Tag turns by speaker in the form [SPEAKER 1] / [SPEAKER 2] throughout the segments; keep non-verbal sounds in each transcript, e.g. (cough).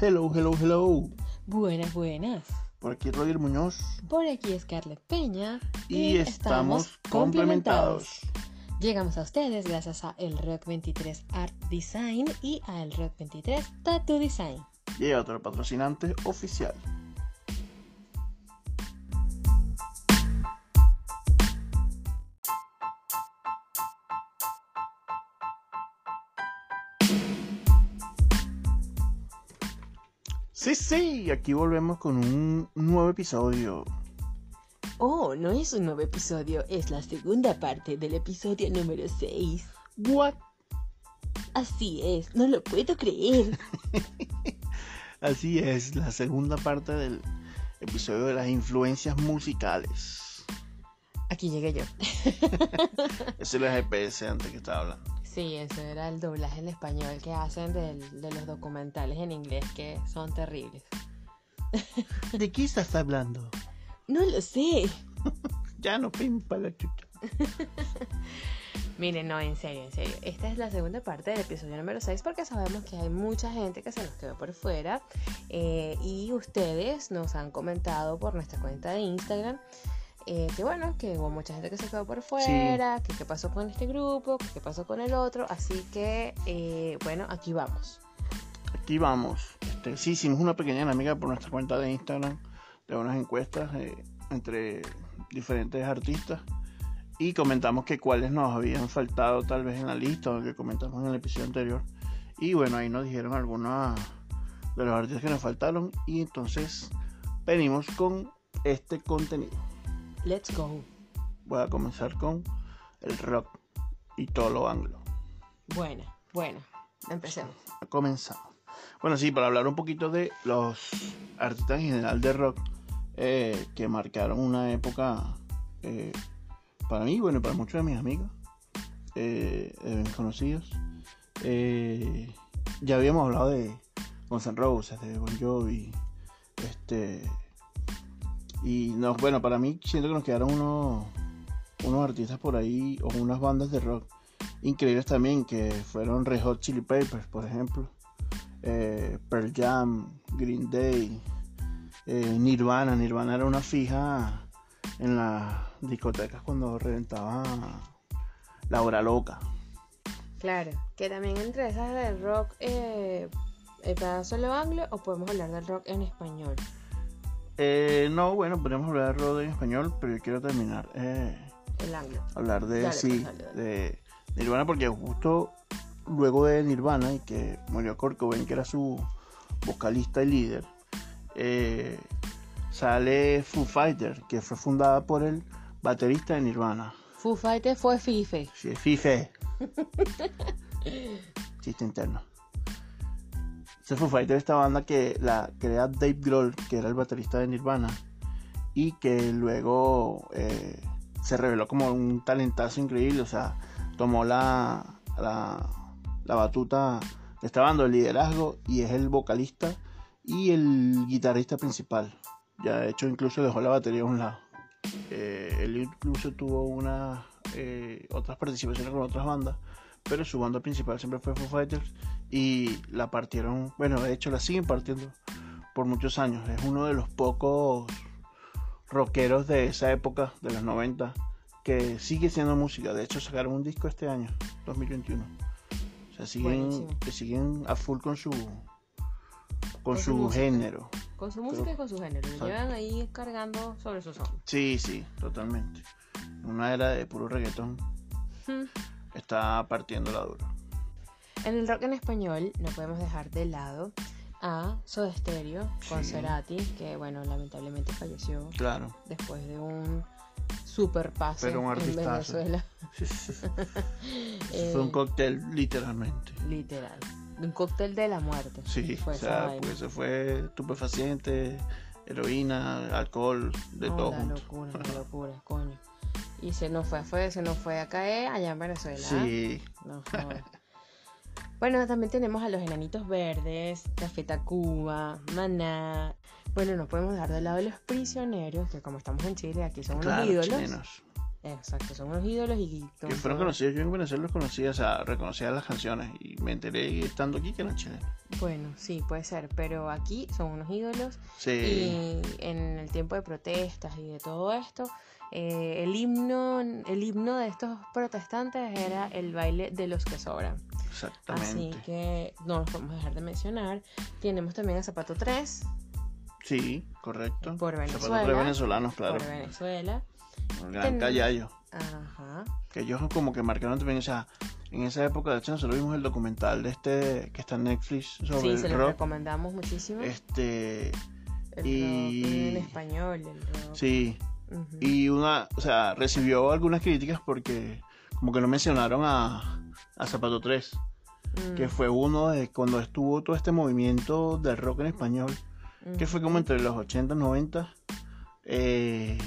[SPEAKER 1] Hello, hello, hello.
[SPEAKER 2] Buenas, buenas.
[SPEAKER 1] Por aquí Roger Muñoz.
[SPEAKER 2] Por aquí Scarlett Peña.
[SPEAKER 1] Y, estamos, complementados.
[SPEAKER 2] Llegamos a ustedes gracias a El Rock 23 Art Design y a El Rock 23 Tattoo Design.
[SPEAKER 1] Y otro patrocinante oficial. Sí, sí, aquí volvemos con un nuevo episodio.
[SPEAKER 2] Oh, no es un nuevo episodio, es la segunda parte del episodio número 6.
[SPEAKER 1] What?
[SPEAKER 2] Así es, no lo puedo creer.
[SPEAKER 1] Así es, la segunda parte del episodio de las influencias musicales.
[SPEAKER 2] (laughs) Aquí llegué yo.
[SPEAKER 1] Eso es la GPS antes que estaba hablando.
[SPEAKER 2] Sí, eso era el doblaje en español que hacen del- de los documentales en inglés que son terribles.
[SPEAKER 1] ¿De qué estás hablando?
[SPEAKER 2] No lo sé.
[SPEAKER 1] Ya no pimpa la chucha.
[SPEAKER 2] Miren, no, en serio, en serio. Esta es la segunda parte del episodio número 6 porque sabemos que hay mucha gente que se nos quedó por fuera eh, y ustedes nos han comentado por nuestra cuenta de Instagram eh, que bueno, que hubo mucha gente que se quedó por fuera, que qué pasó con este grupo, que qué pasó con el otro, así que eh, bueno, aquí vamos.
[SPEAKER 1] Aquí vamos. Este, sí, hicimos una pequeña dinámica por nuestra cuenta de Instagram de unas encuestas eh, entre diferentes artistas y comentamos que cuáles nos habían faltado tal vez en la lista o que comentamos en el episodio anterior. Y bueno, ahí nos dijeron algunos de los artistas que nos faltaron y entonces venimos con este contenido.
[SPEAKER 2] Let's go.
[SPEAKER 1] Voy a comenzar con el rock y todo lo anglo.
[SPEAKER 2] Bueno, bueno, empecemos.
[SPEAKER 1] comenzamos. Bueno, sí, para hablar un poquito de los artistas en general de rock eh, que marcaron una época eh, para mí, bueno, y para muchos de mis amigos eh, eh, conocidos. Eh, ya habíamos hablado de Guns N' Roses, de Bon Jovi, este. Y no, bueno, para mí siento que nos quedaron unos, unos artistas por ahí o unas bandas de rock increíbles también que fueron Red Hot Chili Peppers, por ejemplo, eh, Pearl Jam, Green Day, eh, Nirvana. Nirvana era una fija en las discotecas cuando reventaba la hora loca.
[SPEAKER 2] Claro, que también entre esas del rock, eh, ¿el pedazo solo anglo o podemos hablar del rock en español?
[SPEAKER 1] Eh, no, bueno, podríamos hablar de rock en español, pero yo quiero terminar eh,
[SPEAKER 2] El anglo.
[SPEAKER 1] hablar de
[SPEAKER 2] Dale,
[SPEAKER 1] sí,
[SPEAKER 2] pues, dale, dale.
[SPEAKER 1] de Nirvana porque justo luego de Nirvana y que murió Kurt Cobain que era su vocalista y líder eh, sale Foo Fighter que fue fundada por el baterista de Nirvana
[SPEAKER 2] Foo Fighters fue Fife.
[SPEAKER 1] sí, Fife chiste interno ese Foo Fighter esta banda que la crea Dave Grohl que era el baterista de Nirvana y que luego eh, se reveló como un talentazo increíble, o sea, tomó la, la, la batuta de esta banda, el liderazgo, y es el vocalista y el guitarrista principal. Ya de hecho incluso dejó la batería a un lado. Eh, él incluso tuvo unas eh, otras participaciones con otras bandas, pero su banda principal siempre fue Foo Fighters y la partieron, bueno, de hecho la siguen partiendo por muchos años. Es uno de los pocos rockeros de esa época, de los 90, que sigue siendo música. De hecho, sacaron un disco este año, 2021. O sea, siguen,
[SPEAKER 2] Buenísimo.
[SPEAKER 1] que siguen a full con su con
[SPEAKER 2] Con su
[SPEAKER 1] su
[SPEAKER 2] música.
[SPEAKER 1] género.
[SPEAKER 2] Con su música y con su género. Lo
[SPEAKER 1] Exacto.
[SPEAKER 2] llevan ahí cargando sobre sus hombros.
[SPEAKER 1] Sí, sí, totalmente. Una era de puro reggaetón está partiendo la dura.
[SPEAKER 2] Hmm. En el rock en español no podemos dejar de lado a Soda Stereo con
[SPEAKER 1] Sí.
[SPEAKER 2] Cerati, que bueno, lamentablemente falleció
[SPEAKER 1] Claro.
[SPEAKER 2] después de un super pase
[SPEAKER 1] Pero un
[SPEAKER 2] en
[SPEAKER 1] artistazo.
[SPEAKER 2] Venezuela. (laughs) Eh,
[SPEAKER 1] Fue un cóctel, literalmente.
[SPEAKER 2] Literal. Un cóctel de la muerte.
[SPEAKER 1] Sí,
[SPEAKER 2] Fue
[SPEAKER 1] o
[SPEAKER 2] esa
[SPEAKER 1] sea, pues,
[SPEAKER 2] vaina.
[SPEAKER 1] porque se fue estupefaciente, heroína, alcohol, de
[SPEAKER 2] No,
[SPEAKER 1] todo
[SPEAKER 2] la
[SPEAKER 1] junto.
[SPEAKER 2] locura,
[SPEAKER 1] (laughs)
[SPEAKER 2] la locura, coño. Y se nos fue, fue, se nos fue a caer allá en Venezuela.
[SPEAKER 1] Sí,
[SPEAKER 2] No jodas. (laughs) bueno, también tenemos a los enanitos verdes, Café Tacuba, Maná. Bueno, no podemos dejar de lado a los prisioneros, que como estamos en Chile, aquí son unos
[SPEAKER 1] claro,
[SPEAKER 2] ídolos.
[SPEAKER 1] chilenos.
[SPEAKER 2] Exacto, son unos ídolos y...
[SPEAKER 1] Que fueron
[SPEAKER 2] todo-
[SPEAKER 1] conocidos, yo en Venezuela los conocía, o sea, reconocía las canciones y me enteré estando aquí que eran chilenos.
[SPEAKER 2] Bueno, sí, puede ser, pero aquí son unos ídolos
[SPEAKER 1] Sí,
[SPEAKER 2] y en el tiempo de protestas y de todo esto, eh, el, himno, el himno de estos protestantes era el baile de los que sobran. Así
[SPEAKER 1] exactamente.
[SPEAKER 2] que no los podemos dejar de mencionar. Tenemos también a Zapato 3
[SPEAKER 1] Sí, correcto.
[SPEAKER 2] Por
[SPEAKER 1] Zapatos
[SPEAKER 2] Venezuela.
[SPEAKER 1] tres venezolanos, claro.
[SPEAKER 2] por Venezuela.
[SPEAKER 1] Un gran
[SPEAKER 2] Ten-
[SPEAKER 1] callayo.
[SPEAKER 2] Ajá.
[SPEAKER 1] Que ellos como que marcaron también, o sea, en esa época, de hecho, nosotros vimos el documental de este que está en Netflix sobre
[SPEAKER 2] Sí,
[SPEAKER 1] el
[SPEAKER 2] se los
[SPEAKER 1] rock.
[SPEAKER 2] recomendamos muchísimo.
[SPEAKER 1] Este,
[SPEAKER 2] el
[SPEAKER 1] y-
[SPEAKER 2] rock en español, el rock.
[SPEAKER 1] sí,
[SPEAKER 2] Ujú.
[SPEAKER 1] y una, o sea, recibió algunas críticas porque como que no mencionaron a, a Zapato 3,
[SPEAKER 2] Mm,
[SPEAKER 1] que fue uno de cuando estuvo todo este movimiento del rock en español,
[SPEAKER 2] mm.
[SPEAKER 1] que fue como entre los 80 y 90. eh,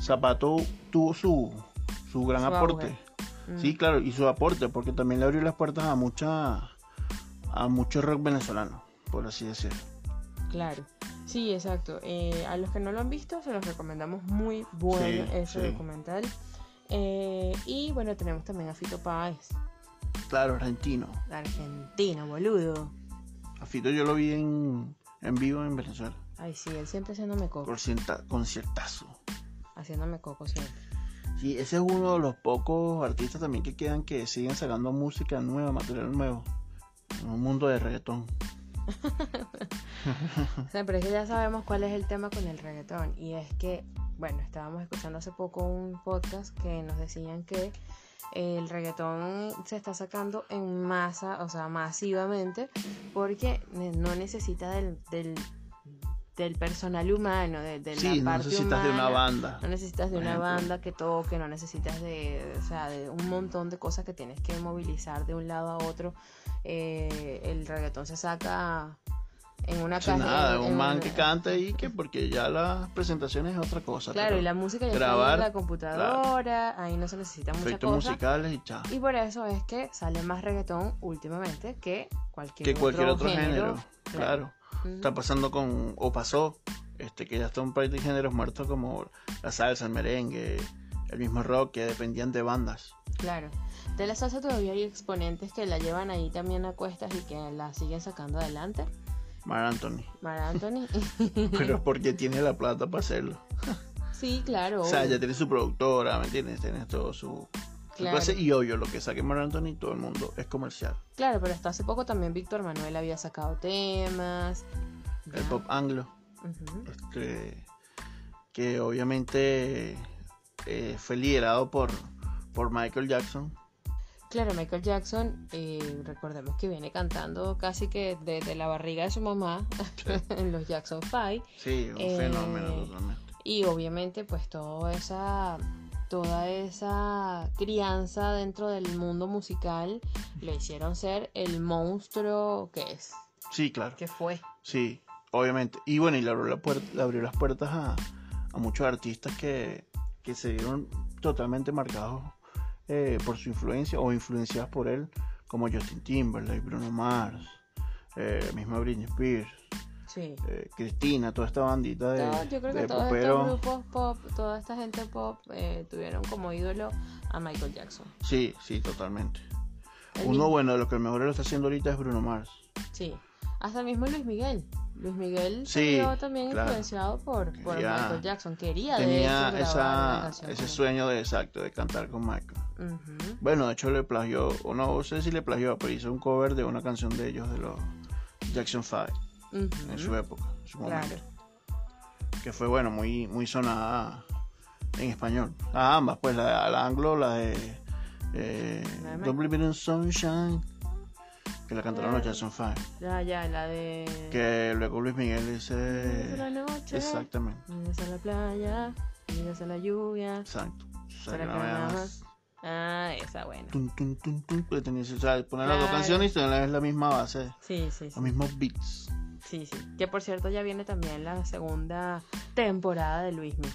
[SPEAKER 1] Zapato tuvo su, su gran
[SPEAKER 2] Su auge.
[SPEAKER 1] aporte.
[SPEAKER 2] Mm.
[SPEAKER 1] Sí, claro, y su aporte, porque también le abrió las puertas a mucha a mucho rock venezolano, por así decirlo.
[SPEAKER 2] Claro, sí, exacto. Eh, a los que no lo han visto, se los recomendamos muy bueno
[SPEAKER 1] Sí,
[SPEAKER 2] ese
[SPEAKER 1] sí.
[SPEAKER 2] documental. Eh, y bueno, tenemos también a Fito Páez,
[SPEAKER 1] Claro, argentino.
[SPEAKER 2] argentino, boludo.
[SPEAKER 1] A Fito yo lo vi en, en vivo en Venezuela,
[SPEAKER 2] Ay, sí, él siempre haciéndome coco,
[SPEAKER 1] por cierta, conciertazo.
[SPEAKER 2] haciéndome coco siempre.
[SPEAKER 1] Sí, ese es uno de los pocos artistas también que quedan que siguen sacando música nueva, material nuevo. En un mundo de reggaetón.
[SPEAKER 2] O sea, pero es que ya sabemos cuál es el tema con el reggaetón. Y es que, bueno, estábamos escuchando hace poco un podcast que nos decían que el reggaetón se está sacando en masa, o sea, masivamente, porque ne- no necesita del, del, del personal humano, de, de
[SPEAKER 1] sí,
[SPEAKER 2] la
[SPEAKER 1] no
[SPEAKER 2] parte
[SPEAKER 1] necesitas
[SPEAKER 2] humana.
[SPEAKER 1] de una banda.
[SPEAKER 2] No necesitas de
[SPEAKER 1] por
[SPEAKER 2] una
[SPEAKER 1] ejemplo.
[SPEAKER 2] banda que toque, no necesitas de, o sea, de un montón de cosas que tienes que movilizar de un lado a otro. Eh, el reggaetón se saca en una
[SPEAKER 1] Sin
[SPEAKER 2] caja.
[SPEAKER 1] nada,
[SPEAKER 2] en-
[SPEAKER 1] un
[SPEAKER 2] en
[SPEAKER 1] man
[SPEAKER 2] una-
[SPEAKER 1] que canta
[SPEAKER 2] (laughs)
[SPEAKER 1] y que porque ya las presentaciones es otra cosa.
[SPEAKER 2] Claro,
[SPEAKER 1] pero
[SPEAKER 2] y la música ya está
[SPEAKER 1] grabar,
[SPEAKER 2] en la computadora, ahí no se necesita mucha
[SPEAKER 1] efectos
[SPEAKER 2] cosa.
[SPEAKER 1] musicales y chao.
[SPEAKER 2] Y por eso es que sale más reggaetón últimamente que cualquier,
[SPEAKER 1] que cualquier otro, género,
[SPEAKER 2] género.
[SPEAKER 1] claro.
[SPEAKER 2] Ujú.
[SPEAKER 1] Está pasando con, o pasó, este que ya está un par de géneros muertos como la salsa, el merengue, el mismo rock, que dependían de bandas.
[SPEAKER 2] Claro. De la salsa todavía hay exponentes que la llevan ahí también a cuestas y que la siguen sacando adelante.
[SPEAKER 1] Mar (laughs) Anthony.
[SPEAKER 2] Mar Anthony.
[SPEAKER 1] Pero es porque tiene la plata para hacerlo.
[SPEAKER 2] sí, claro.
[SPEAKER 1] O sea,
[SPEAKER 2] obvio.
[SPEAKER 1] ya tiene su productora, ¿me entiendes? Tiene todo su... su
[SPEAKER 2] Claro.
[SPEAKER 1] clase. Y obvio, lo que saque Mar Anthony, todo el mundo es comercial.
[SPEAKER 2] Claro, pero hasta hace poco también Víctor Manuel había sacado temas.
[SPEAKER 1] El
[SPEAKER 2] Ya.
[SPEAKER 1] pop anglo,
[SPEAKER 2] Ujú.
[SPEAKER 1] este, que obviamente eh, fue liderado por, por Michael (laughs) Jackson.
[SPEAKER 2] Claro, Michael Jackson, eh, recordemos que viene cantando casi que desde la barriga de su mamá (laughs) en los Jackson Five
[SPEAKER 1] Sí, un
[SPEAKER 2] Eh,
[SPEAKER 1] fenómeno totalmente.
[SPEAKER 2] y obviamente pues toda esa toda esa crianza dentro del mundo musical lo hicieron ser el monstruo que es,
[SPEAKER 1] Sí, claro.
[SPEAKER 2] que fue.
[SPEAKER 1] Sí, obviamente. Y bueno, y le abrió, la puer- le abrió las puertas a, a muchos artistas que, que se vieron totalmente marcados eh, por su influencia o influenciados por él, como Justin Timberlake, Bruno Mars, eh, misma Britney Spears,
[SPEAKER 2] Sí.
[SPEAKER 1] eh, Cristina, toda esta bandita de,
[SPEAKER 2] Todo- yo creo que
[SPEAKER 1] de
[SPEAKER 2] todos
[SPEAKER 1] poperos.
[SPEAKER 2] estos grupos pop, toda esta gente pop eh, tuvieron como ídolo a Michael Jackson.
[SPEAKER 1] Sí, sí, totalmente.
[SPEAKER 2] El
[SPEAKER 1] Uno
[SPEAKER 2] mismo-
[SPEAKER 1] bueno de los que mejor lo está haciendo ahorita es Bruno Mars.
[SPEAKER 2] Sí. Hasta el mismo Luis Miguel. Luis Miguel se
[SPEAKER 1] Sí,
[SPEAKER 2] vio también
[SPEAKER 1] claro.
[SPEAKER 2] influenciado por, por
[SPEAKER 1] Quería-
[SPEAKER 2] Michael Jackson. Quería de
[SPEAKER 1] Tenía
[SPEAKER 2] hecho, grabar una
[SPEAKER 1] esa,
[SPEAKER 2] canción
[SPEAKER 1] ese
[SPEAKER 2] con él.
[SPEAKER 1] sueño de exacto de cantar con Michael.
[SPEAKER 2] Ujú.
[SPEAKER 1] Bueno, de hecho le plagió, o no sé si le plagió, pero hizo un cover de una canción de ellos, de los Jackson 5,
[SPEAKER 2] Ujú.
[SPEAKER 1] en su época, en su momento.
[SPEAKER 2] Claro.
[SPEAKER 1] Que fue, bueno, muy, muy sonada en español. A ambas, pues, la, de- la anglo, la de eh,
[SPEAKER 2] La de Michael.
[SPEAKER 1] Don't Believe in Sunshine, que la cantaron los
[SPEAKER 2] Ah.
[SPEAKER 1] Jackson 5.
[SPEAKER 2] Ya, ya, la de.
[SPEAKER 1] Que luego Luis Miguel dice...
[SPEAKER 2] Vienes a la noche.
[SPEAKER 1] Exactamente,
[SPEAKER 2] Vienes a la playa. Vienes a la lluvia.
[SPEAKER 1] exacto. O sea,
[SPEAKER 2] Para
[SPEAKER 1] que no
[SPEAKER 2] que
[SPEAKER 1] me
[SPEAKER 2] nada
[SPEAKER 1] hagas-
[SPEAKER 2] más. Ah, esa buena.
[SPEAKER 1] Tun, tun, tun, tun, que tenía- o sea, poner las dos
[SPEAKER 2] Claro.
[SPEAKER 1] canciones y tener la misma base,
[SPEAKER 2] Sí, sí, sí.
[SPEAKER 1] los mismos beats.
[SPEAKER 2] Sí, sí. Que por cierto ya viene también la segunda temporada de Luismi.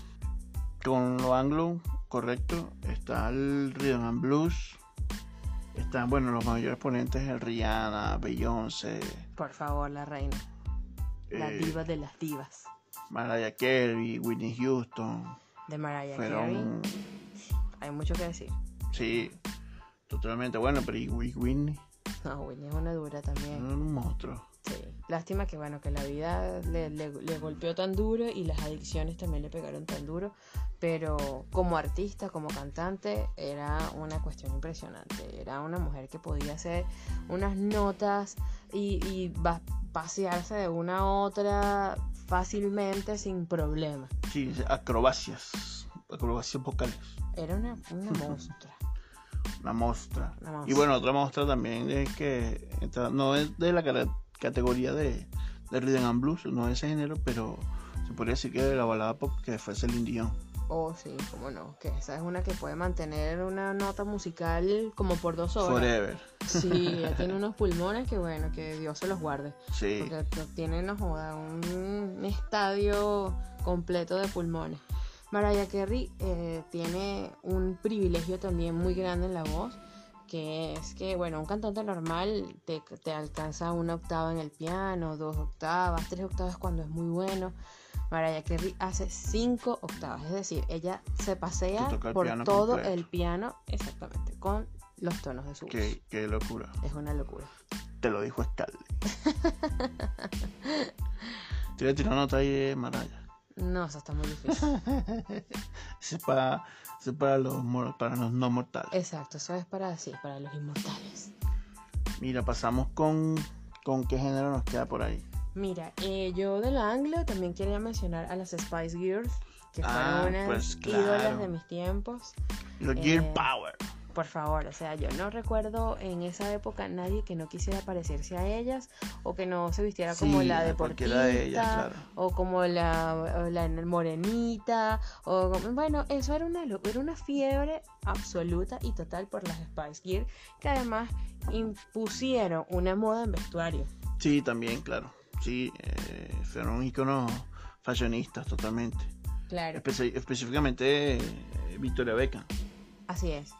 [SPEAKER 1] con lo anglo, correcto. Está el Rhythm and Blues. Están, bueno, los mayores ponentes: el Rihanna, Beyoncé,
[SPEAKER 2] Por favor, la reina. La
[SPEAKER 1] eh,
[SPEAKER 2] diva de las divas.
[SPEAKER 1] Mariah Carey, Whitney Houston.
[SPEAKER 2] De Mariah Carey.
[SPEAKER 1] Fueron
[SPEAKER 2] Hay mucho que decir.
[SPEAKER 1] Sí, totalmente. Bueno, pero y Win- Winnie
[SPEAKER 2] No, Winnie es una dura también.
[SPEAKER 1] un monstruo.
[SPEAKER 2] Sí. Lástima que bueno, que la vida le, le- le golpeó tan duro y las adicciones también le pegaron tan duro. Pero como artista, como cantante, era una cuestión impresionante. Era una mujer que podía hacer unas notas y, y va- pasearse de una a otra fácilmente sin problema.
[SPEAKER 1] Sí, acrobacias. Acrobacias vocales.
[SPEAKER 2] Era una, una monstrua.
[SPEAKER 1] Una mostra.
[SPEAKER 2] Una mostra.
[SPEAKER 1] Y bueno, otra mostra también es que esta- no es de la cara- categoría de, de Rhythm and Blues, no de ese género, pero se podría decir que de la balada pop que fue Celine Dion.
[SPEAKER 2] Oh, sí, cómo no. Que esa es una que puede mantener una nota musical como por dos horas.
[SPEAKER 1] Forever.
[SPEAKER 2] Sí, ella tiene unos pulmones que bueno, que Dios se los guarde.
[SPEAKER 1] Sí.
[SPEAKER 2] Porque t- tiene, no joda, un estadio completo de pulmones. Mariah Carey eh, tiene un privilegio también muy grande en la voz, que es que, bueno, un cantante normal te, te alcanza una octava en el piano, dos octavas, tres octavas cuando es muy bueno. Mariah Carey hace cinco octavas, es decir, ella se pasea
[SPEAKER 1] Te toca el
[SPEAKER 2] por
[SPEAKER 1] piano
[SPEAKER 2] todo
[SPEAKER 1] completo.
[SPEAKER 2] el piano, exactamente, con los tonos de su voz.
[SPEAKER 1] Qué, qué locura.
[SPEAKER 2] Es una locura.
[SPEAKER 1] Te lo dijo
[SPEAKER 2] (laughs)
[SPEAKER 1] Scarlett. Te voy a tirar una nota ahí de Maraya.
[SPEAKER 2] No, eso está muy difícil.
[SPEAKER 1] Ese es para, ese es para, los, mor- para los no mortales.
[SPEAKER 2] Exacto, eso es para sí, para los inmortales.
[SPEAKER 1] Mira, pasamos con, con qué género nos queda por ahí.
[SPEAKER 2] Mira, eh, yo de la anglo también quería mencionar a las Spice Girls, que fueron
[SPEAKER 1] Ah,
[SPEAKER 2] unas
[SPEAKER 1] pues, claro.
[SPEAKER 2] ídolas de mis tiempos.
[SPEAKER 1] Los
[SPEAKER 2] Eh,
[SPEAKER 1] Gear Power.
[SPEAKER 2] Por favor, o sea, yo no recuerdo en esa época nadie que no quisiera parecerse a ellas o que no se vistiera como
[SPEAKER 1] Sí,
[SPEAKER 2] la
[SPEAKER 1] a
[SPEAKER 2] deportista
[SPEAKER 1] cualquiera de ellas, claro.
[SPEAKER 2] o como la, o la morenita o como- bueno, eso era una lo- era una fiebre absoluta y total por las Spice Girls que además impusieron una moda en vestuario.
[SPEAKER 1] Sí, también, claro. Sí, eh, fueron iconos fashionistas totalmente.
[SPEAKER 2] Claro.
[SPEAKER 1] Espe- específicamente eh, Victoria Beckham.
[SPEAKER 2] Así es.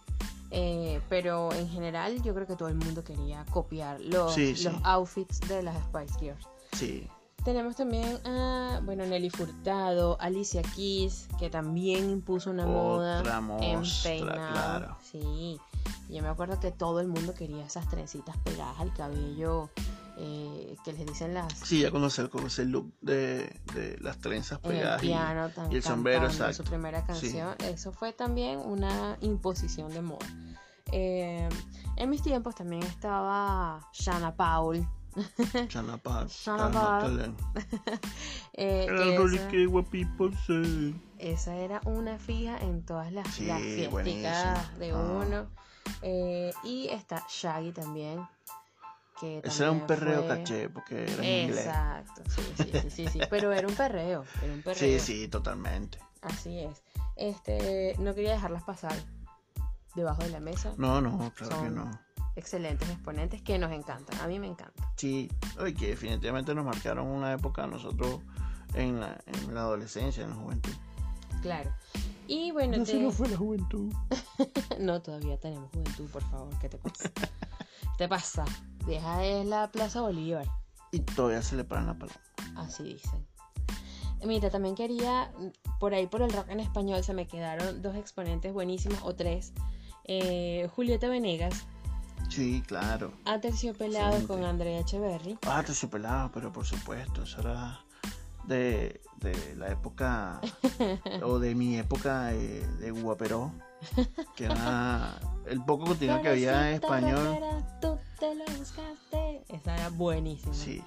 [SPEAKER 2] Eh, pero en general yo creo que todo el mundo quería copiar los,
[SPEAKER 1] Sí, sí.
[SPEAKER 2] los outfits de las Spice Girls.
[SPEAKER 1] Sí,
[SPEAKER 2] Tenemos también a, bueno, Nelly Furtado, Alicia Keys, que también impuso una
[SPEAKER 1] Otra
[SPEAKER 2] moda
[SPEAKER 1] mostra,
[SPEAKER 2] en peinado.
[SPEAKER 1] claro.
[SPEAKER 2] Sí, yo me acuerdo que todo el mundo quería esas trencitas pegadas al cabello eh, que les dicen las...
[SPEAKER 1] sí, ya conocí el, conocí el look de, de las trenzas
[SPEAKER 2] en el
[SPEAKER 1] pegadas. Pues y-
[SPEAKER 2] piano, tan-
[SPEAKER 1] y el sombrero,
[SPEAKER 2] cantando su
[SPEAKER 1] exacto.
[SPEAKER 2] primera canción. Eso fue también una imposición de moda. Eh, en mis tiempos también estaba Shanna Paul.
[SPEAKER 1] Chana Park.
[SPEAKER 2] Chana Park. eh, que esa, esa era una fija en todas las,
[SPEAKER 1] Sí,
[SPEAKER 2] las fiesticas
[SPEAKER 1] buenísimo.
[SPEAKER 2] de
[SPEAKER 1] Ah.
[SPEAKER 2] uno. Eh, y está Shaggy también. Que
[SPEAKER 1] Ese era un
[SPEAKER 2] también
[SPEAKER 1] perreo
[SPEAKER 2] fue-
[SPEAKER 1] caché, porque era en inglés.
[SPEAKER 2] Exacto, sí, sí, sí, sí, sí, pero era un perreo, era un
[SPEAKER 1] Sí,
[SPEAKER 2] perreo.
[SPEAKER 1] sí, totalmente.
[SPEAKER 2] Así es. Este, no quería dejarlas pasar debajo de la mesa.
[SPEAKER 1] No, no, claro que
[SPEAKER 2] Son-
[SPEAKER 1] no.
[SPEAKER 2] Excelentes exponentes que nos encantan. A mí me encanta.
[SPEAKER 1] Sí, oye, que definitivamente nos marcaron una época a nosotros en la, en la adolescencia, en la juventud.
[SPEAKER 2] Claro. Y bueno,
[SPEAKER 1] No
[SPEAKER 2] te-
[SPEAKER 1] se nos fue la juventud.
[SPEAKER 2] (laughs) no, todavía tenemos juventud, por favor, ¿qué te pasa? (laughs) ¿Te pasa? Deja es la Plaza Bolívar,
[SPEAKER 1] Y todavía se le paran la palabra.
[SPEAKER 2] así dicen. Mira, también quería, mm, por ahí por el rock en español, se me quedaron dos exponentes buenísimos, o tres. Eh, Julieta Venegas,
[SPEAKER 1] Sí, claro.
[SPEAKER 2] Aterciopelados con
[SPEAKER 1] Excelente.
[SPEAKER 2] Andrea Echeverry.
[SPEAKER 1] Ah, te superaba, pero por supuesto, eso era de, de la (laughs) época, o de mi época eh, de guaperó, que era el poco contenido que había en
[SPEAKER 2] Pero si te
[SPEAKER 1] español.
[SPEAKER 2] recuerdas, Tú te lo buscaste. Esa era buenísima.
[SPEAKER 1] Sí,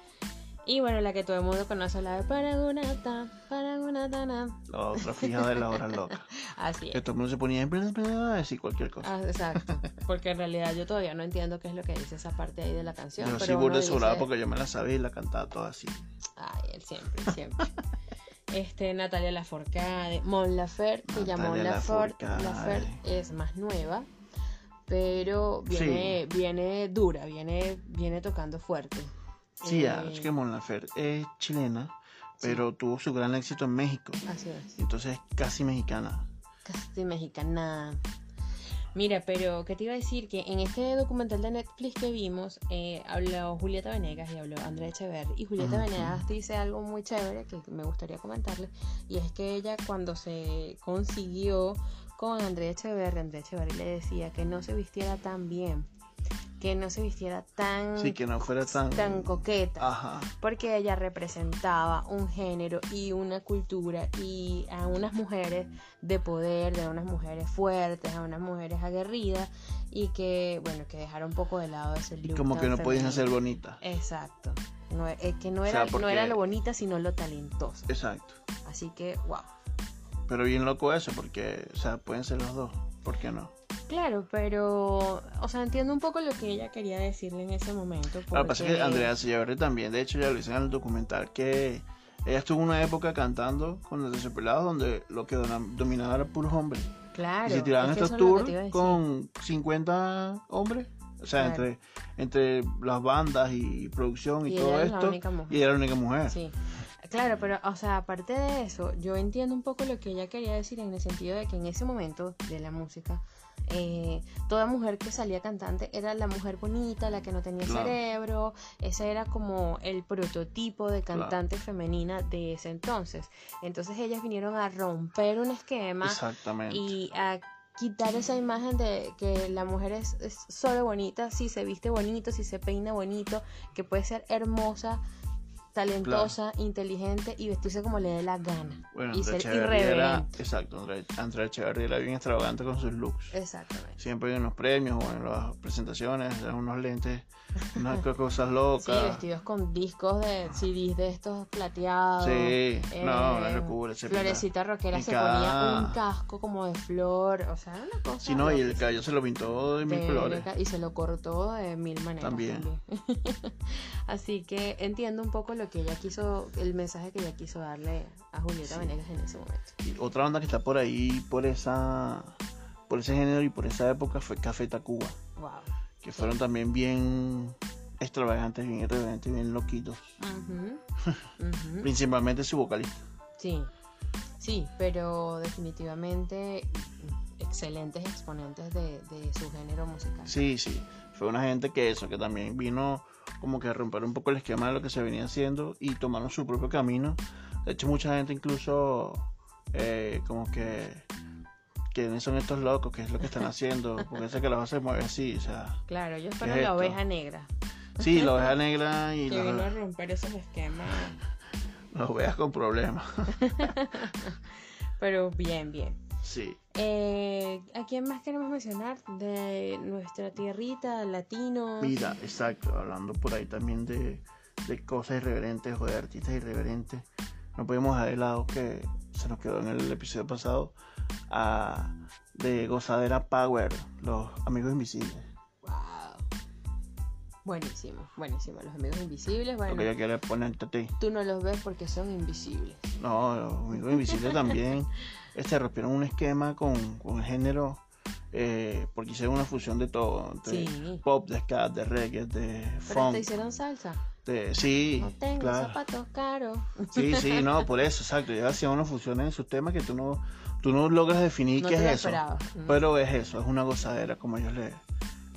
[SPEAKER 2] Y bueno, la que todo el mundo conoce, la de Paragunata, Paragunatana.
[SPEAKER 1] la otra fija de la hora loca.
[SPEAKER 2] Así
[SPEAKER 1] Que
[SPEAKER 2] es.
[SPEAKER 1] todo el mundo se ponía en plan a decir cualquier cosa.
[SPEAKER 2] Ah,
[SPEAKER 1] (laughs)
[SPEAKER 2] exacto. Porque en realidad yo todavía no entiendo qué es lo que dice esa parte ahí de la canción.
[SPEAKER 1] Yo
[SPEAKER 2] pero
[SPEAKER 1] sí
[SPEAKER 2] uno
[SPEAKER 1] burda
[SPEAKER 2] dice,
[SPEAKER 1] sobrada porque yo me la sabía y la cantaba toda así.
[SPEAKER 2] Ay, él siempre, él siempre.
[SPEAKER 1] (laughs)
[SPEAKER 2] Este, Natalia Laforcade, Mon Laferte, que ya Mon
[SPEAKER 1] Natalia
[SPEAKER 2] Laferte,
[SPEAKER 1] Lafourcade.
[SPEAKER 2] Laferte es más nueva, pero viene, viene dura, viene, viene tocando fuerte.
[SPEAKER 1] Sí, ya,
[SPEAKER 2] Eh,
[SPEAKER 1] es que Mon Laferte es chilena, pero tuvo su gran éxito en México.
[SPEAKER 2] Así es.
[SPEAKER 1] Entonces es casi mexicana.
[SPEAKER 2] Casi mexicana. Mira, pero ¿qué te iba a decir? Que en este documental de Netflix que vimos, eh, habló Julieta Venegas y habló Andrea Echeverri. Y Julieta
[SPEAKER 1] Ujú.
[SPEAKER 2] Venegas dice algo muy chévere que me gustaría comentarle. Y es que ella cuando se consiguió con Andrea Echeverri. Andrea Echeverri le decía que no se vistiera tan bien, que no se vistiera tan,
[SPEAKER 1] Sí, que no fuera tan.
[SPEAKER 2] tan coqueta,
[SPEAKER 1] Ajá.
[SPEAKER 2] porque ella representaba un género y una cultura y a unas mujeres de poder, de unas mujeres fuertes, a unas mujeres aguerridas y que, bueno, que dejaron un poco de lado ese
[SPEAKER 1] Y
[SPEAKER 2] look
[SPEAKER 1] como
[SPEAKER 2] tan
[SPEAKER 1] que no podían
[SPEAKER 2] femenino.
[SPEAKER 1] ser bonita.
[SPEAKER 2] Exacto. No, es que no
[SPEAKER 1] O
[SPEAKER 2] era,
[SPEAKER 1] sea,
[SPEAKER 2] no era
[SPEAKER 1] porque-
[SPEAKER 2] lo bonita, sino lo talentosa.
[SPEAKER 1] Exacto.
[SPEAKER 2] Así que, wow.
[SPEAKER 1] Pero bien loco eso, porque, o sea, pueden ser los dos. ¿Por qué no?
[SPEAKER 2] Claro, pero, o sea, entiendo un poco lo que ella quería decirle en ese momento.
[SPEAKER 1] Lo que Ah, pasa es que
[SPEAKER 2] porque-
[SPEAKER 1] Andrea Sillabre también, de hecho, ya lo dicen en el documental, que ella estuvo una época cantando con los desesperados donde lo que dona- dominaba era puros hombres.
[SPEAKER 2] Claro.
[SPEAKER 1] y se tiraban
[SPEAKER 2] es que
[SPEAKER 1] estos
[SPEAKER 2] eso es lo que
[SPEAKER 1] tours
[SPEAKER 2] te iba a decir.
[SPEAKER 1] con 50 hombres. O sea,
[SPEAKER 2] Claro.
[SPEAKER 1] entre, entre las bandas y producción y,
[SPEAKER 2] Y
[SPEAKER 1] todo
[SPEAKER 2] ella es la
[SPEAKER 1] esto.
[SPEAKER 2] única mujer.
[SPEAKER 1] Y era la única mujer.
[SPEAKER 2] Sí. Claro, pero, o sea, aparte de eso, yo entiendo un poco lo que ella quería decir en el sentido de que en ese momento de la música, eh, toda mujer que salía cantante era la mujer bonita, la que no tenía
[SPEAKER 1] Claro.
[SPEAKER 2] cerebro, ese era como el prototipo de
[SPEAKER 1] Claro.
[SPEAKER 2] cantante femenina de ese entonces. Entonces ellas vinieron a romper un esquema
[SPEAKER 1] Exactamente.
[SPEAKER 2] y a quitar esa imagen de que la mujer es, es solo bonita si se viste bonito, si se peina bonito, que puede ser hermosa, talentosa, inteligente y vestirse como le dé la gana
[SPEAKER 1] Bueno,
[SPEAKER 2] y
[SPEAKER 1] Andrea
[SPEAKER 2] ser
[SPEAKER 1] Echeverría era,
[SPEAKER 2] irreverente.
[SPEAKER 1] exacto, Andrea, Andrea Echeverría era bien extravagante con sus looks.
[SPEAKER 2] Exactamente.
[SPEAKER 1] Siempre en los premios o en las presentaciones, en unos lentes,
[SPEAKER 2] (laughs)
[SPEAKER 1] unas co- cosas
[SPEAKER 2] Sí,
[SPEAKER 1] locas.
[SPEAKER 2] vestidos con discos de CDs de estos plateados.
[SPEAKER 1] Sí, no, una
[SPEAKER 2] eh,
[SPEAKER 1] locura. se pinta.
[SPEAKER 2] Florecita rockera
[SPEAKER 1] Y
[SPEAKER 2] se
[SPEAKER 1] cada-
[SPEAKER 2] ponía un casco como de flor, o sea, una cosa.
[SPEAKER 1] Sí, no, y el
[SPEAKER 2] loquísima.
[SPEAKER 1] cabello se lo pintó de mil
[SPEAKER 2] de
[SPEAKER 1] colores.
[SPEAKER 2] Eureka y se lo cortó de mil maneras.
[SPEAKER 1] También.
[SPEAKER 2] también. (laughs) Así que entiendo un poco lo que ella quiso, el mensaje que ella quiso darle a Julieta
[SPEAKER 1] Sí.
[SPEAKER 2] Venegas en ese momento.
[SPEAKER 1] Y otra banda que está por ahí, por esa por ese género y por esa época fue Café Tacuba,
[SPEAKER 2] Wow.
[SPEAKER 1] que fueron también bien extravagantes, bien irreverentes, bien loquitos. Principalmente su vocalista.
[SPEAKER 2] Sí, sí, pero definitivamente excelentes exponentes de, de su género musical.
[SPEAKER 1] Sí, sí. Fue una gente que eso, que también vino como que a romper un poco el esquema de lo que se venía haciendo y tomaron su propio camino. De hecho, mucha gente incluso eh, como que quiénes son estos locos, qué es lo que están haciendo, porque ese carajo se mueve así, o sea.
[SPEAKER 2] Claro, ellos
[SPEAKER 1] ¿Qué
[SPEAKER 2] fueron
[SPEAKER 1] es
[SPEAKER 2] la
[SPEAKER 1] esto?
[SPEAKER 2] oveja negra
[SPEAKER 1] Sí, la oveja negra
[SPEAKER 2] (laughs)
[SPEAKER 1] y
[SPEAKER 2] que vino
[SPEAKER 1] la,
[SPEAKER 2] a romper esos esquemas.
[SPEAKER 1] las ovejas con problemas.
[SPEAKER 2] Pero bien, bien.
[SPEAKER 1] Sí.
[SPEAKER 2] Eh, ¿A quién más queremos mencionar de nuestra tierrita, latino?
[SPEAKER 1] Mira, exacto, hablando por ahí también de, de cosas irreverentes o de artistas irreverentes, no podemos dejar de lado que se nos quedó en el episodio pasado a- de Gozadera Power, los amigos invisibles.
[SPEAKER 2] Wow. Buenísimo, buenísimo. Los amigos invisibles,
[SPEAKER 1] Lo
[SPEAKER 2] bueno,
[SPEAKER 1] que yo quiero ponerte a ti.
[SPEAKER 2] tú no los ves porque son invisibles.
[SPEAKER 1] No, los amigos invisibles
[SPEAKER 2] (laughs)
[SPEAKER 1] también este, rompieron un esquema con, con el género, eh, porque hicieron una fusión de todo, entre
[SPEAKER 2] Sí.
[SPEAKER 1] pop, de ska, de reggae, de
[SPEAKER 2] Pero
[SPEAKER 1] funk.
[SPEAKER 2] te hicieron salsa.
[SPEAKER 1] de- sí,
[SPEAKER 2] no tengo
[SPEAKER 1] claro.
[SPEAKER 2] zapatos caros.
[SPEAKER 1] Sí, sí,
[SPEAKER 2] (laughs)
[SPEAKER 1] no, por eso, exacto. Ya hacían unas fusiones en sus temas que tú no, tú no logras definir
[SPEAKER 2] No
[SPEAKER 1] qué
[SPEAKER 2] te lo
[SPEAKER 1] es eso.
[SPEAKER 2] esperaba. Mm,
[SPEAKER 1] Pero es eso, es una gozadera, como ellos le,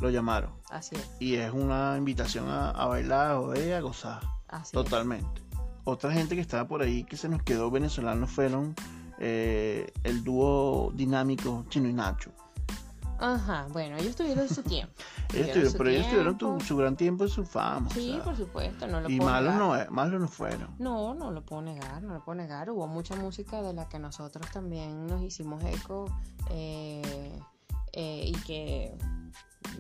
[SPEAKER 1] lo llamaron.
[SPEAKER 2] Así es,
[SPEAKER 1] Y es una invitación a, a bailar o de a gozar,
[SPEAKER 2] así es.
[SPEAKER 1] totalmente. Otra gente que estaba por ahí que se nos quedó venezolano fueron eh, el dúo dinámico Chino y Nacho.
[SPEAKER 2] Ajá, bueno, ellos
[SPEAKER 1] (laughs)
[SPEAKER 2] tuvieron su tiempo.
[SPEAKER 1] Ellos
[SPEAKER 2] Tuvieron
[SPEAKER 1] tuvieron-
[SPEAKER 2] su
[SPEAKER 1] pero ellos tuvieron tu-
[SPEAKER 2] tiempo.
[SPEAKER 1] su gran tiempo y su fama. o
[SPEAKER 2] Sí,
[SPEAKER 1] sea,
[SPEAKER 2] por supuesto, no lo
[SPEAKER 1] y
[SPEAKER 2] puedo
[SPEAKER 1] malos
[SPEAKER 2] negar.
[SPEAKER 1] no, eh, malos no fueron.
[SPEAKER 2] No, no lo puedo negar, no lo puedo negar. Hubo mucha música de la que nosotros también nos hicimos eco eh, eh, y que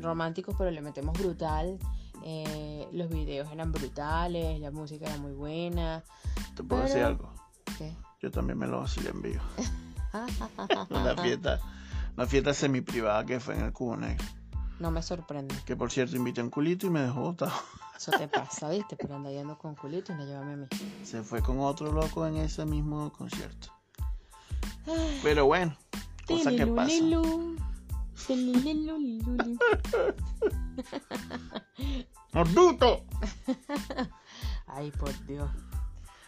[SPEAKER 2] románticos, pero le metemos brutal. Eh, los videos eran brutales, la música era muy buena.
[SPEAKER 1] Te puedo decir
[SPEAKER 2] Pero-
[SPEAKER 1] algo.
[SPEAKER 2] ¿Qué? Ah,
[SPEAKER 1] Yo también me lo vacilé en vivo. una fiesta, una fiesta semi privada que fue en el Cubo Negro.
[SPEAKER 2] No me sorprende.
[SPEAKER 1] Que por cierto invité a un culito y me dejó botado. (laughs)
[SPEAKER 2] Eso te pasa, ¿viste? Pero anda yendo con culito y no llévame a mí.
[SPEAKER 1] Se fue con otro loco en ese mismo concierto. Pero bueno, cosa que pasa.
[SPEAKER 2] Tililulilu, tililulilu.
[SPEAKER 1] ¡Norduto!
[SPEAKER 2] Ay, por Dios.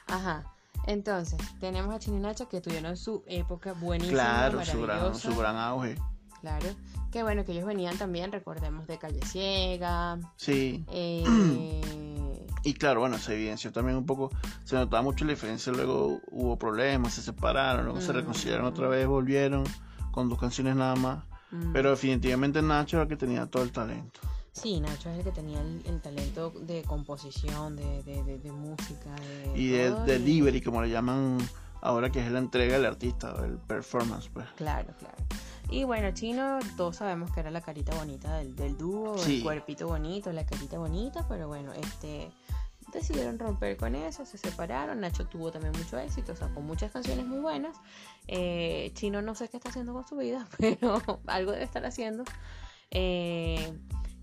[SPEAKER 2] Ajá. Entonces, tenemos a Chino y Nacho que tuvieron su época buenísima,
[SPEAKER 1] Claro, su gran,
[SPEAKER 2] maravillosa.
[SPEAKER 1] su gran auge.
[SPEAKER 2] Claro. Que bueno, que ellos venían también, recordemos, de Calle Ciega.
[SPEAKER 1] Sí.
[SPEAKER 2] eh,
[SPEAKER 1] Y claro, bueno, se evidenció también un poco, se notaba mucho la diferencia, luego hubo problemas, se separaron, luego se
[SPEAKER 2] Mm.
[SPEAKER 1] reconciliaron otra vez, volvieron, con dos canciones nada más.
[SPEAKER 2] Mm.
[SPEAKER 1] Pero definitivamente Nacho era el que tenía todo el talento.
[SPEAKER 2] Sí, Nacho es el que tenía el, el talento de composición, de, de, de, de música. De
[SPEAKER 1] Y de
[SPEAKER 2] todo,
[SPEAKER 1] delivery, como le llaman ahora, que es la entrega del artista, el performance, pues.
[SPEAKER 2] Claro, claro. Y bueno, Chino, todos sabemos que era la carita bonita del, del dúo, el
[SPEAKER 1] Sí.
[SPEAKER 2] cuerpito bonito, la carita bonita, pero bueno, este decidieron romper con eso, se separaron, Nacho tuvo también mucho éxito, sacó muchas canciones muy buenas. Eh, Chino no sé qué está haciendo con su vida, (laughs) pero algo debe estar haciendo. Eh,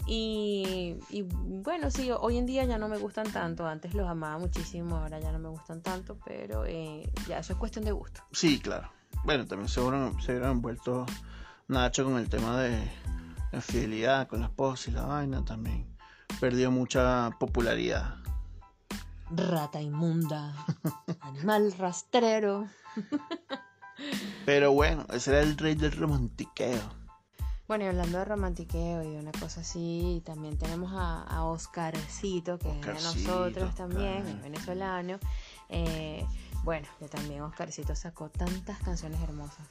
[SPEAKER 2] y, y bueno, sí, hoy en día ya no me gustan tanto, antes los amaba muchísimo, ahora ya no me gustan tanto, pero eh, ya eso es cuestión de gusto.
[SPEAKER 1] Sí, claro. Bueno, también se hubieran, se hubieran vuelto Nacho con el tema de la fidelidad con la esposa y la vaina también. Perdió mucha popularidad.
[SPEAKER 2] Rata
[SPEAKER 1] (laughs)
[SPEAKER 2] inmunda, animal rastrero.
[SPEAKER 1] Pero bueno, ese era el rey del romantiqueo.
[SPEAKER 2] Bueno, y hablando de romantiqueo y de una cosa así, también tenemos a, a Oscarcito, que es de
[SPEAKER 1] Oscarcito,
[SPEAKER 2] nosotros también,
[SPEAKER 1] Oscar.
[SPEAKER 2] es venezolano. Eh, bueno, que también Oscarcito sacó tantas canciones hermosas.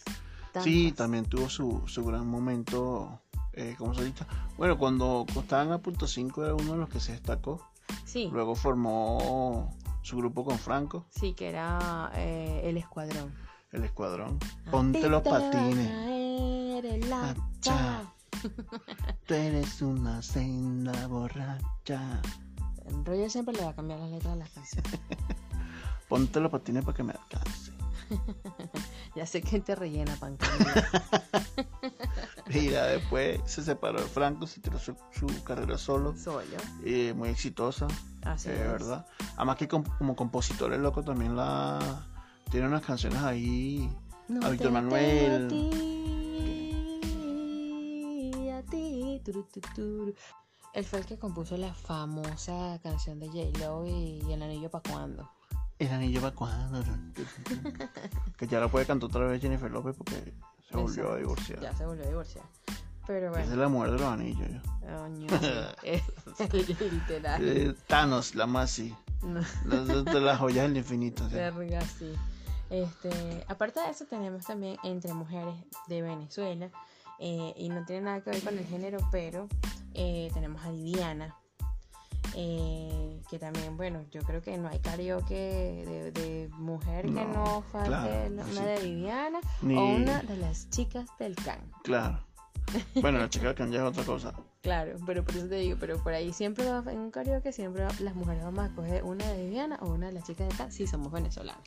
[SPEAKER 2] tantas.
[SPEAKER 1] Sí, también tuvo su, su gran momento eh, como solista. Bueno, cuando costaban a punto 5 era uno de los que se destacó.
[SPEAKER 2] Sí,
[SPEAKER 1] Luego formó su grupo con Franco,
[SPEAKER 2] sí, que era eh, El Escuadrón.
[SPEAKER 1] el escuadrón. Ponte los
[SPEAKER 2] A ti te van a
[SPEAKER 1] patines.
[SPEAKER 2] caer el hacha.
[SPEAKER 1] Hacha. Tú eres una senda borracha.
[SPEAKER 2] Roger siempre le va a cambiar las letras a las canciones. (laughs)
[SPEAKER 1] Ponte los patines para que me alcance.
[SPEAKER 2] Ya sé que te rellena, Pancamila.
[SPEAKER 1] (laughs) Mira, después se separó de Franco, se tiró su, su carrera solo,
[SPEAKER 2] Solo.
[SPEAKER 1] eh, muy exitosa,
[SPEAKER 2] Así
[SPEAKER 1] eh,
[SPEAKER 2] es.
[SPEAKER 1] ¿verdad? Además que com- como compositor el loco también la... Tiene unas canciones ahí
[SPEAKER 2] No
[SPEAKER 1] A Víctor
[SPEAKER 2] te
[SPEAKER 1] Manuel.
[SPEAKER 2] tengo a ti, a ti, turu, tu, turu. Él fue el que compuso la famosa canción de J-Lo y, y El Anillo para cuando.
[SPEAKER 1] El anillo va cuando.
[SPEAKER 2] (laughs)
[SPEAKER 1] que ya lo puede cantar otra vez Jennifer López porque se volvió a divorciar.
[SPEAKER 2] Ya se volvió a divorciar. Pero
[SPEAKER 1] Esa
[SPEAKER 2] bueno,
[SPEAKER 1] es la mujer de los anillos. ya.
[SPEAKER 2] coño, (laughs) eh,
[SPEAKER 1] (laughs)
[SPEAKER 2] literal.
[SPEAKER 1] Eh, Thanos, la más sí.
[SPEAKER 2] No,
[SPEAKER 1] Las- De, de las joyas del infinito. sí.
[SPEAKER 2] verga, sí. Este, aparte de eso, tenemos también Entre Mujeres de Venezuela. eh, y no tiene nada que ver con el género, pero eh, tenemos a Lidiana. eh, que también, bueno, yo creo que no hay karaoke de, de mujer que
[SPEAKER 1] No,
[SPEAKER 2] no falte
[SPEAKER 1] claro,
[SPEAKER 2] una
[SPEAKER 1] sí.
[SPEAKER 2] de Lidiana
[SPEAKER 1] Ni-
[SPEAKER 2] o una de las chicas del can.
[SPEAKER 1] Claro. Bueno, la chica que ya es otra
[SPEAKER 2] (laughs)
[SPEAKER 1] cosa.
[SPEAKER 2] Claro, pero por eso te digo, pero por ahí siempre va, en un karaoke siempre va- las mujeres vamos a coger una de Viviana o una de las chicas de tal, si somos venezolanas.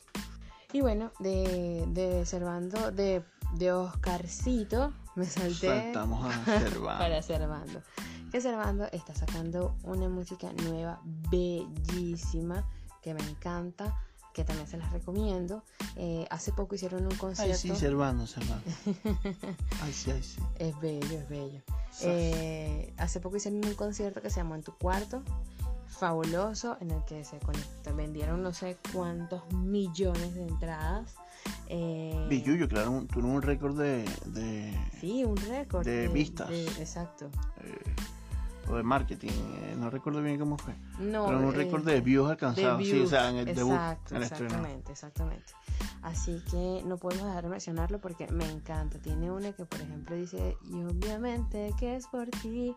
[SPEAKER 2] Y bueno, de, de Servando, de, de Oscarcito, me salté
[SPEAKER 1] Saltamos a Cervando.
[SPEAKER 2] (laughs) para Servando. Que Servando está sacando una música nueva, bellísima, que me encanta, que también se las recomiendo. Eh, hace poco hicieron un concierto.
[SPEAKER 1] Ay, sí, Cervando, Cervando.
[SPEAKER 2] (laughs)
[SPEAKER 1] Ay, sí, ay, sí.
[SPEAKER 2] Es bello, es bello. Eh, hace poco hicieron un concierto que se llamó En tu cuarto, fabuloso, en el que se conectó- vendieron no sé cuántos millones de entradas. Eh,
[SPEAKER 1] Billuyo, claro, un- tuvo un récord de, de,
[SPEAKER 2] Sí, un récord.
[SPEAKER 1] de vistas.
[SPEAKER 2] exacto.
[SPEAKER 1] eh, o de marketing. eh, no recuerdo bien cómo fue.
[SPEAKER 2] No,
[SPEAKER 1] Pero un
[SPEAKER 2] eh,
[SPEAKER 1] récord de views alcanzados. sí, o
[SPEAKER 2] views.
[SPEAKER 1] sea, en el debut,
[SPEAKER 2] Exacto,
[SPEAKER 1] en el estreno.
[SPEAKER 2] exactamente, exactamente. Así que no podemos dejar de mencionarlo porque me encanta. Tiene una que, por ejemplo, dice, y obviamente que es por ti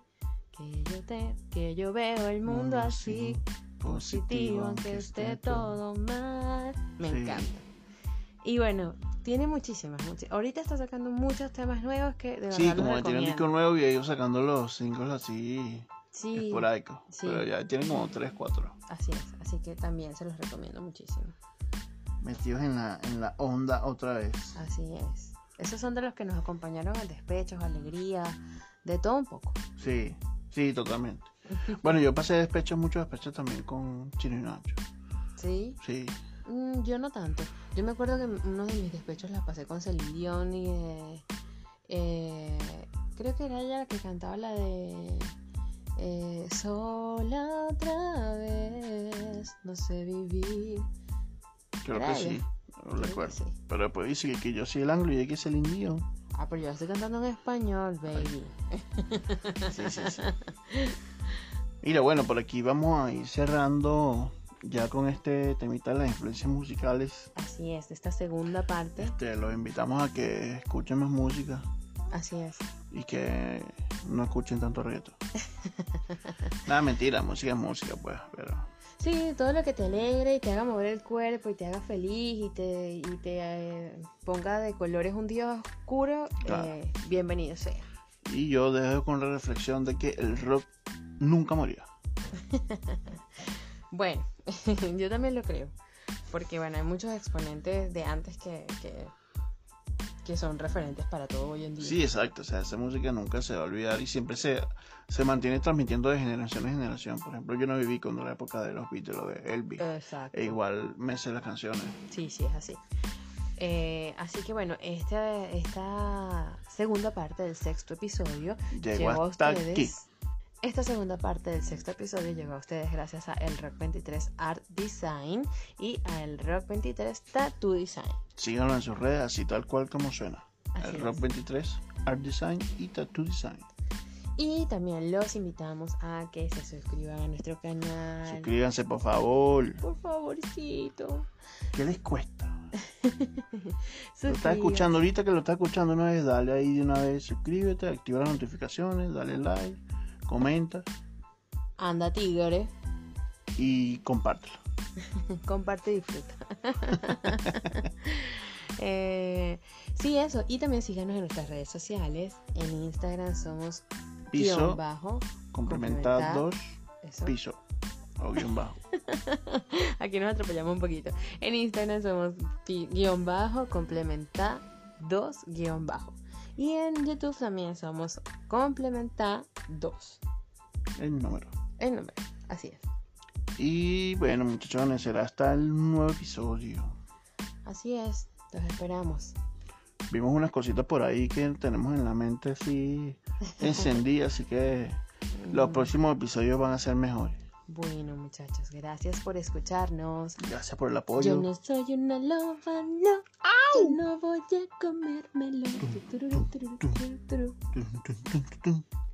[SPEAKER 2] que yo te, que yo veo el mundo así, positivo aunque esté todo mal. Me
[SPEAKER 1] Sí.
[SPEAKER 2] encanta. Y bueno, tiene muchísimas, muchas. Ahorita está sacando muchos temas nuevos que de verdad
[SPEAKER 1] Sí,
[SPEAKER 2] los
[SPEAKER 1] como que tiene un
[SPEAKER 2] recomiendo.
[SPEAKER 1] disco nuevo y ellos sacando los singles así
[SPEAKER 2] Sí.
[SPEAKER 1] esporádicos.
[SPEAKER 2] Sí.
[SPEAKER 1] Pero ya tienen como 3, 4
[SPEAKER 2] Así es, así que también se los recomiendo muchísimo.
[SPEAKER 1] metidos en la, en la onda otra vez.
[SPEAKER 2] Así es. Esos son de los que nos acompañaron en despechos, alegría, de todo un poco.
[SPEAKER 1] Sí, sí,
[SPEAKER 2] (laughs)
[SPEAKER 1] totalmente. Bueno, yo pasé despechos, muchos despechos también con Chino y Nacho.
[SPEAKER 2] Sí,
[SPEAKER 1] Sí,
[SPEAKER 2] Mm, yo no tanto. Yo me acuerdo que uno de mis despechos la pasé con Celine Dion y eh, eh, creo que era ella la que cantaba la de eh, Sola otra vez, no sé vivir.
[SPEAKER 1] creo
[SPEAKER 2] Era
[SPEAKER 1] que sí.
[SPEAKER 2] ella.
[SPEAKER 1] no
[SPEAKER 2] Creo que
[SPEAKER 1] recuerdo.
[SPEAKER 2] sí.
[SPEAKER 1] Pero después dice que, que yo soy el ángulo y de que es el indio.
[SPEAKER 2] Ah, pero yo la estoy cantando en español, baby. (laughs)
[SPEAKER 1] Sí, sí, sí. Mira, bueno, por aquí vamos a ir cerrando ya con este temita de las influencias musicales,
[SPEAKER 2] Así es, esta segunda parte.
[SPEAKER 1] este, los invitamos a que escuchen más música
[SPEAKER 2] Así es.
[SPEAKER 1] y que no escuchen tanto reggaetón.
[SPEAKER 2] (laughs)
[SPEAKER 1] Nada, mentira, música es música, pues, pero
[SPEAKER 2] Sí, todo lo que te alegre y te haga mover el cuerpo y te haga feliz y te, y te eh, ponga de colores un día oscuro,
[SPEAKER 1] Claro.
[SPEAKER 2] eh, bienvenido sea.
[SPEAKER 1] Y yo dejo con la reflexión de que el rock nunca morirá.
[SPEAKER 2] Bueno, (laughs) yo también lo creo. Porque bueno, hay muchos exponentes de antes que, que, que son referentes para todo hoy en día.
[SPEAKER 1] Sí, exacto. O sea, esa música nunca se va a olvidar y siempre se, se mantiene transmitiendo de generación en generación. Por ejemplo, yo no viví con la época de los Beatles o de Elvis.
[SPEAKER 2] Exacto.
[SPEAKER 1] E igual me sé las canciones.
[SPEAKER 2] Sí, sí, es así. Eh, así que bueno, esta, esta segunda parte del sexto episodio
[SPEAKER 1] Llegó hasta aquí.
[SPEAKER 2] Esta segunda parte del sexto episodio llegó a ustedes gracias a El Rock 23 Art Design y a El Rock 23 Tattoo Design.
[SPEAKER 1] Síganlo en sus redes, así tal cual como suena.
[SPEAKER 2] Así
[SPEAKER 1] el Rock
[SPEAKER 2] es.
[SPEAKER 1] 23, Art Design y Tattoo Design.
[SPEAKER 2] Y también los invitamos a que se suscriban a nuestro canal.
[SPEAKER 1] Suscríbanse, por favor.
[SPEAKER 2] Por favorcito.
[SPEAKER 1] ¿Qué les cuesta? Lo
[SPEAKER 2] Suscríbanse.
[SPEAKER 1] estás escuchando ahorita que lo estás escuchando una vez, dale ahí de una vez, suscríbete, activa las notificaciones, dale like, comenta
[SPEAKER 2] Anda, tigre. (laughs)
[SPEAKER 1] y compártelo.
[SPEAKER 2] Comparte y disfruta. (laughs) Eh, sí, eso. Y también síganos en nuestras redes sociales. En Instagram somos guión
[SPEAKER 1] Piso,
[SPEAKER 2] bajo.
[SPEAKER 1] complementados,
[SPEAKER 2] Eso.
[SPEAKER 1] piso o guión bajo.
[SPEAKER 2] (laughs) Aquí nos atropellamos un poquito. En Instagram somos pi- guión bajo, complementa dos guión bajo. Y en YouTube también somos complementa dos.
[SPEAKER 1] El número.
[SPEAKER 2] El número. Así es.
[SPEAKER 1] Y bueno, muchachones, será hasta el nuevo episodio.
[SPEAKER 2] Así es. Los esperamos.
[SPEAKER 1] Vimos unas cositas por ahí que tenemos en la mente
[SPEAKER 2] (laughs)
[SPEAKER 1] así encendida, así que los
[SPEAKER 2] Mm.
[SPEAKER 1] próximos episodios van a ser mejores.
[SPEAKER 2] Bueno, muchachos, gracias por escucharnos.
[SPEAKER 1] Gracias por el
[SPEAKER 2] Yo
[SPEAKER 1] apoyo.
[SPEAKER 2] no soy una loba, no. Yo no voy a comérmelo. Tu, tu, tu, tu, tu, tu, tu.
[SPEAKER 1] Tun, tun, tun, tun, tun.